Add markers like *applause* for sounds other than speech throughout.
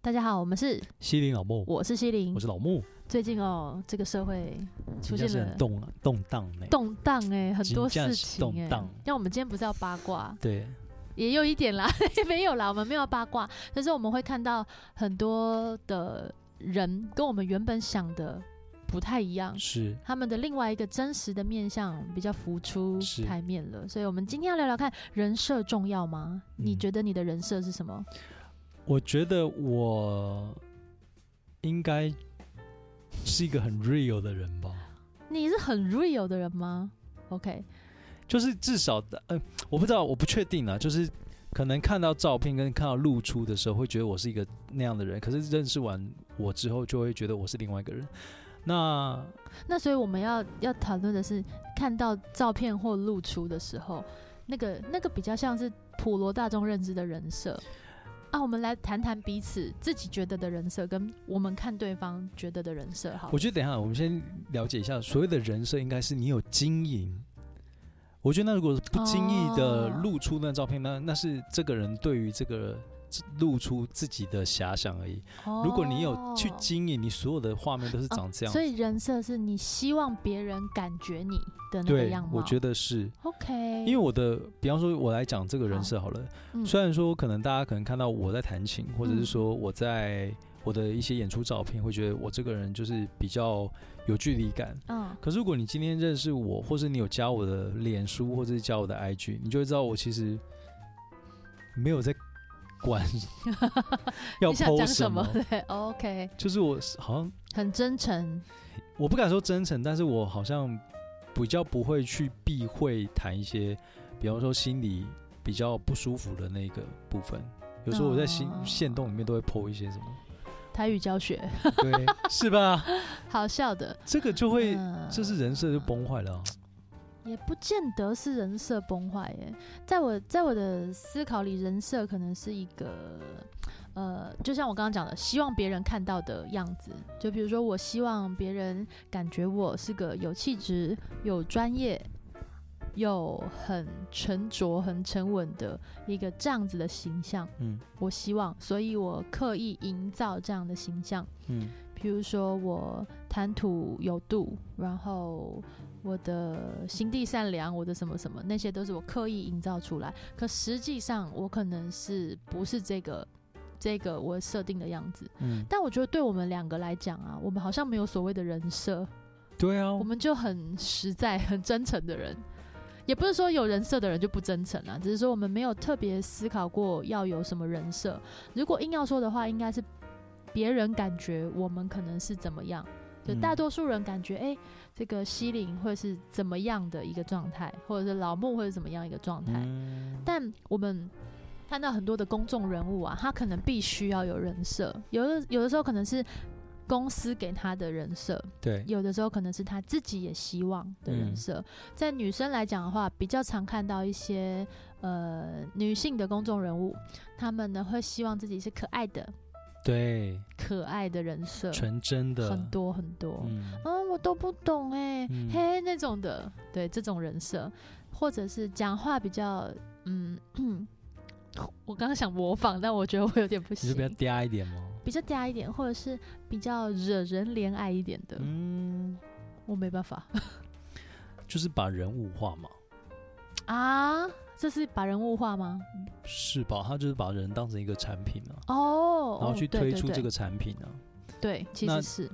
大家好，我们是，西林老木，我是西林我。是老木，最近哦，这个社会出人家现是了很动啊动荡呢。动荡哎、很多真事的是情哎、动荡那我们今天不是要八卦，对，也有一点啦， *laughs* 没有啦，我们没有八卦，但是我们会看到很多的人跟我们原本想的不太一样，是他们的另外一个真实的面相比较浮出是台面了，所以我们今天要聊聊看人设重要吗？嗯你觉得你的人设是什么？我觉得我应该是一个很 real 的人吧，你是很 real 的人吗？OK，就是至少，呃，我不知道，我不确定啊，就是可能看到照片跟看到露出的时候，会觉得我是一个那样的人，可是认识完我之后，就会觉得我是另外一个人。那那所以我们要要讨论的是，看到照片或露出的时候，那个那个比较像是普罗大众认知的人设啊。我们来谈谈彼此自己觉得的人设，跟我们看对方觉得的人设好我了。觉得等一下，我们先了解一下所谓的人设，应该是你有经营。我觉得那如果是不经意的哦露出那照片，那那是这个人对于这个这露出自己的遐想而已。如果你有去哦经营，你所有的画面都是长这样。所以人设是你希望别人感觉你的那个对样，貌。我觉得是。 OK，因为我的，比方说，我来讲这个人好设好了。嗯虽然说，可能大家可能看到我在弹琴，或者嗯是说我在我的一些演出照片，会觉得我这个人就是比较有距离感。嗯可是如果你今天认识我，或是你有加我的脸书，或者是加我的 IG，你就会知道我其实没有在管 *laughs* *laughs* 要你想 PO 讲什什么，对，OK， *laughs* 就是我是好像很真诚，我不敢说真诚，但是我好像比较不会去避讳谈一些，比方说心里比较不舒服的那个部分。有时候我在心哦线动里面都会 PO 一些 *laughs* 什么，台语教学，对，是吧？好笑的。这个就会，嗯这是人设就崩坏了啊、也不见得是人设崩坏耶，在我在我的思考里，人设可能是一个，呃，就像我刚刚讲的，希望别人看到的样子。就比如说，我希望别人感觉我是个有气质、有专业、有很沉着、很沉稳的一个这样子的形象。嗯我希望，所以我刻意营造这样的形象。嗯比如说我谈吐有度，然后我的心地善良，我的什么什么，那些都是我刻意营造出来。可实际上，我可能是不是这个这个我设定的样子？嗯，但我觉得对我们两个来讲啊，我们好像没有所谓的人设，对啊，我们就很实在、 *laughs* 很真诚的人。也不是说有人设的人就不真诚啊，只是说我们没有特别思考过要有什么人设。如果硬要说的话，应该是别人感觉我们可能是怎么样，就嗯大多数人感觉，哎、这个西林会是怎么样的一个状态，或者是老木会是怎么样一个状态。嗯但我们看到很多的公众人物啊，他可能必须要有人设，有的有的时候可能是公司给他的人设，对，有的时候可能是他自己也希望的人嗯设。在女生来讲的话，比较常看到一些呃女性的公众人物，她们呢会希望自己是可爱的、对，可爱的人设，纯真的很，多很多。嗯嗯，我都不懂哎、嗯嘿那种的，对这种人设，或者是讲话比较嗯，我刚刚想模仿，但我觉得我有点不你就行比，较嗲一点嘛，比较嗲一点，或者是比较惹人怜爱一点的，嗯，我没办法。就是把人物化嘛，啊，这是把人物化吗？是吧？他就是把人当成一个产品啊，哦，然后哦去对推对出对这个产品啊。对，其实那是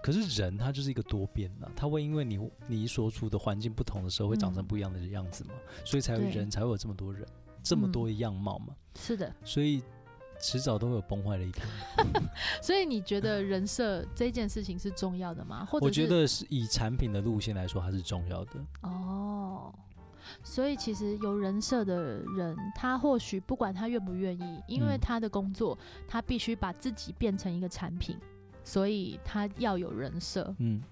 可是人他就是一个多变的、他会因为你你所处的环境不同的时候，会长成嗯不一样的样子嘛，所以才有对人才会有这么多人，这么嗯多的样貌嘛，是的，所以迟早都会有崩坏的一天。所以你觉得人设这件事情是重要的吗？或者我觉是得是以产品的路线来说，它是重要的。哦，所以其实有人设的人，他或许不管他愿不愿意，因为嗯他的工作，他必须把自己变成一个产品，所以他要有人设，嗯，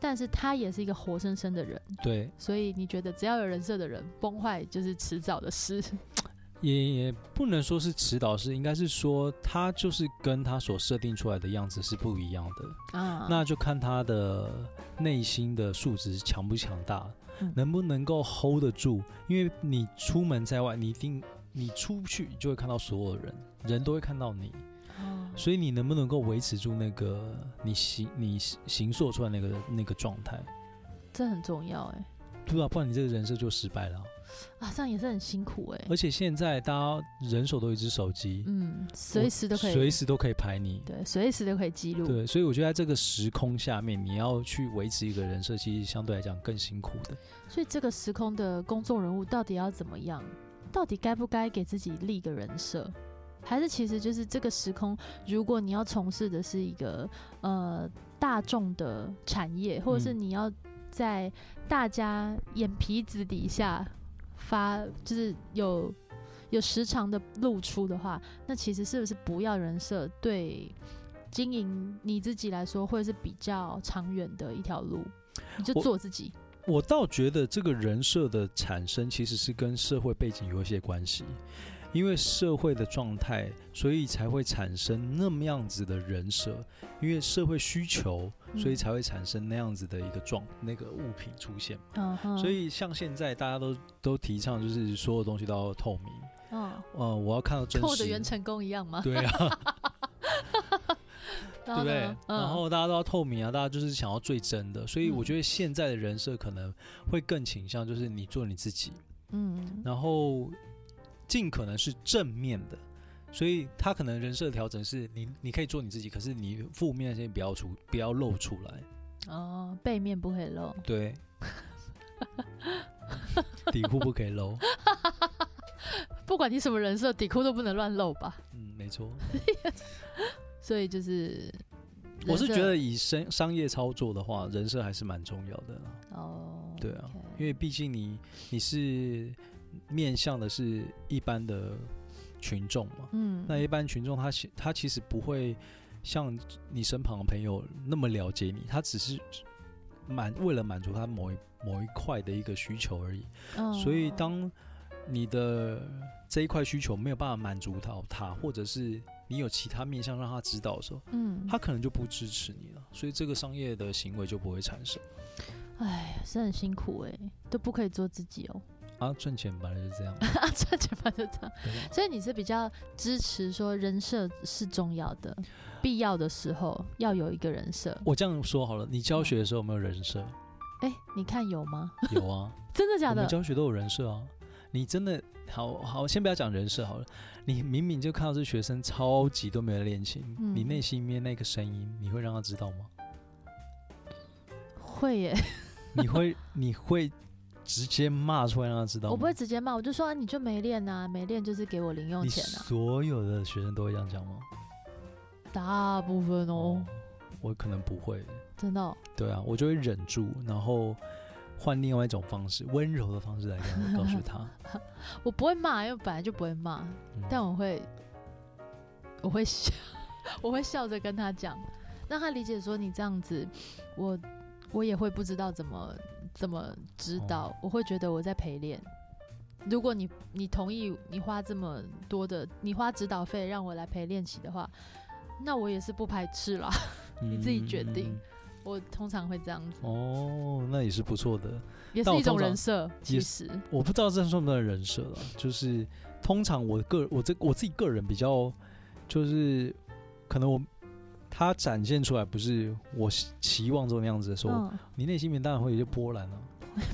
但是他也是一个活生生的人，对，所以你觉得只要有人设的人崩坏，就是迟早的事。 *laughs* 也也不能说是迟早是，应该是说他就是跟他所设定出来的样子是不一样的。啊，那就看他的内心的素质强不强大，嗯能不能够 hold 得住。因为你嗯出门在外，你一定你出去就会看到所有人，人都会看到你。啊所以你能不能够维持住那个你行你行塑出来那个那个状态？这很重要哎、对啊，不然你这个人设就失败了啊。啊，这样也是很辛苦哎、而且现在大家人手都有一只手机，嗯，随时都可以，随时都可以拍你。对，随时都可以记录，对，所以我觉得在这个时空下面，你要去维持一个人设，其实相对来讲更辛苦的。所以这个时空的公众人物到底要怎么样？到底该不该给自己立个人设？还是其实就是这个时空，如果你要从事的是一个呃大众的产业，或者是嗯你要在大家眼皮子底下发，就是有有时长的露出的话，那其实是不是不要人设对经营你自己来说，会是比较长远的一条路？你就我做自己。我倒觉得这个人设的产生其实是跟社会背景有一些关系，因为社会的状态，所以才会产生那么样子的人设，因为社会需求，所嗯以才会产生那样子的一个状那个物品出现。嗯哼，所以像现在大家都都提倡，就是所有东西都要透明，嗯，呃，我要看到真跟我的实袁。 *laughs* 成功一样吗？对啊，对对不对？嗯、然后大家都要透明啊，大家就是想要最真的，所以嗯我觉得现在的人设可能会更倾向就是你做你自己，嗯，然后尽可能是正面的，所以他可能人设调整是你你可以做你自己，可是你负面的先不要出，不要露出来。哦，背面不会露，对， *laughs* 底裤不可以露。不管你什么人设，底裤都不能乱露吧。嗯，没错，所以就是，我是人设觉得以商商业操作的话，人设还是蛮重要的啦。哦，对啊 OK，因为毕竟你你是面向的是一般的群众嘛，嗯，那一般群众他其他其实不会像你身旁的朋友那么了解你，他只是满为了满足他某一某一块的一个需求而已。嗯所以当你的这一块需求没有办法满足到他，或者是你有其他面向让他知道的时候，嗯，他可能就不支持你了，所以这个商业的行为就不会产生哎，是很辛苦哎、都不可以做自己哦。 *laughs* 啊。赚钱本来就是这样嘛， *laughs* 啊，这就反正这样。对吧所以你是比较支持说人设是重要的，必要的时候要有一个人设。我这样说好了，你教嗯学的时候有没有人 *laughs* 设？哎、你看有吗？ *laughs* 有啊，真的假我的们？教学都有人设啊。你真的好好，先不要讲人设好了。你明明就看到这学生超级都没有练琴，嗯你内心里面那个声音，你会让他知道吗？会耶、你 *laughs* 会你会直接骂出来让他知道吗？我不会直接骂，我就说、啊你就没练呐、没练就是给我零用你钱啊。所有的学生都会这样讲吗？大部分哦，，我可能不会。真的、哦，对啊，我就会忍住，然后换另外一种方式，温柔的方式来跟他告诉 *laughs* 他。我不会骂，因为本来就不会骂，嗯但我会，我会笑， *laughs* 我会笑着跟他讲，让他理解说你这样子，我我也会不知道怎么怎么指导，我会觉得我在陪练。如果你你同意你花这么多的，你花指导费让我来陪练习的话，那我也是不排斥啦。 *laughs* 你自己决定嗯我通常会这样子，哦，那也是不错的。也但是我一种通常人设，其也实。我不知道这算不算人设了，就是通常我个我这我自己个人比较，就是可能我他展现出来不是我希期望中那样子的时候，嗯，你内心里面当然会有一些波澜啊，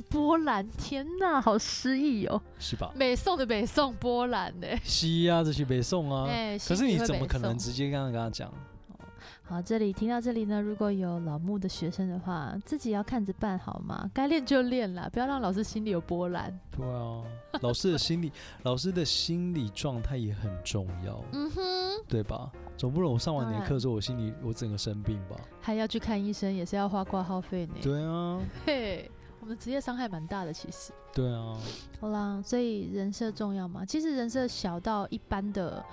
波兰，天呐，好诗意哦！是吧？北宋的北宋，波兰呢、西啊这些北宋啊，哎、可是心里你会怎么北可能宋直接这样跟他讲？好，这里听到这里呢，如果有老木的学生的话，自己要看着办好吗？该练就练啦，不要让老师心里有波澜。对啊，老师的心理，老师的心理状态也很重要，嗯哼，对吧？总不能我上完你当的然课之后，我心里我整个生病吧？还要去看医生，也是要花挂号费呢。对啊，嘿，我们职业伤害蛮大的，其实。对啊，好啦，所以人设重要嘛？其实人设小到一般的、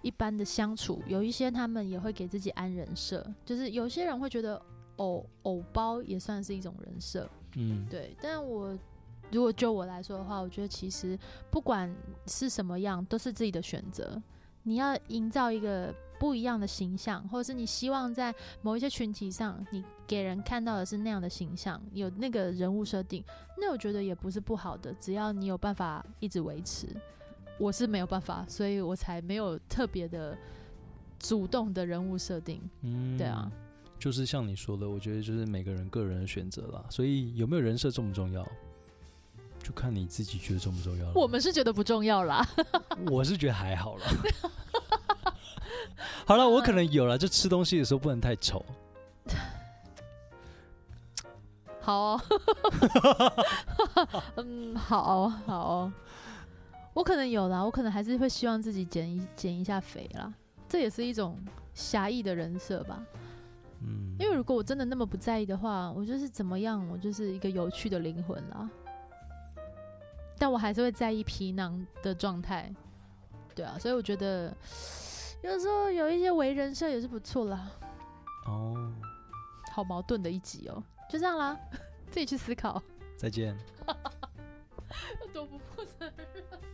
一般的相处，有一些他们也会给自己安人设，就是有些人会觉得偶偶包也算是一种人设。嗯，对，但我如果就我来说的话，我觉得其实不管是什么样，都是自己的选择。你要营造一个不一样的形象，或者是你希望在某一些群体上，你给人看到的是那样的形象，有那个人物设定，那我觉得也不是不好的，只要你有办法一直维持。我是没有办法，所以我才没有特别的主动的人物设定。嗯对啊，就是像你说的，我觉得就是每个人个人的选择啦，所以有没有人设重不重要，就看你自己觉得重不重要了。我们是觉得不重要啦， *laughs* 我是觉得还 *laughs* 好了。好了，我可能有了，就吃东西的时候不能太丑。好、哦， *laughs* 嗯，好、哦，好、哦，我可能有啦，我可能还是会希望自己减一减一下肥啦，这也是一种狭义的人设吧。嗯，因为如果我真的那么不在意的话，我就是怎么样，我就是一个有趣的灵魂啦。但我还是会在意皮囊的状态，对啊，所以我觉得有时候有一些为人设也是不错啦。哦，好矛盾的一集哦，就这样啦，自己去思考。再见。多不负责任。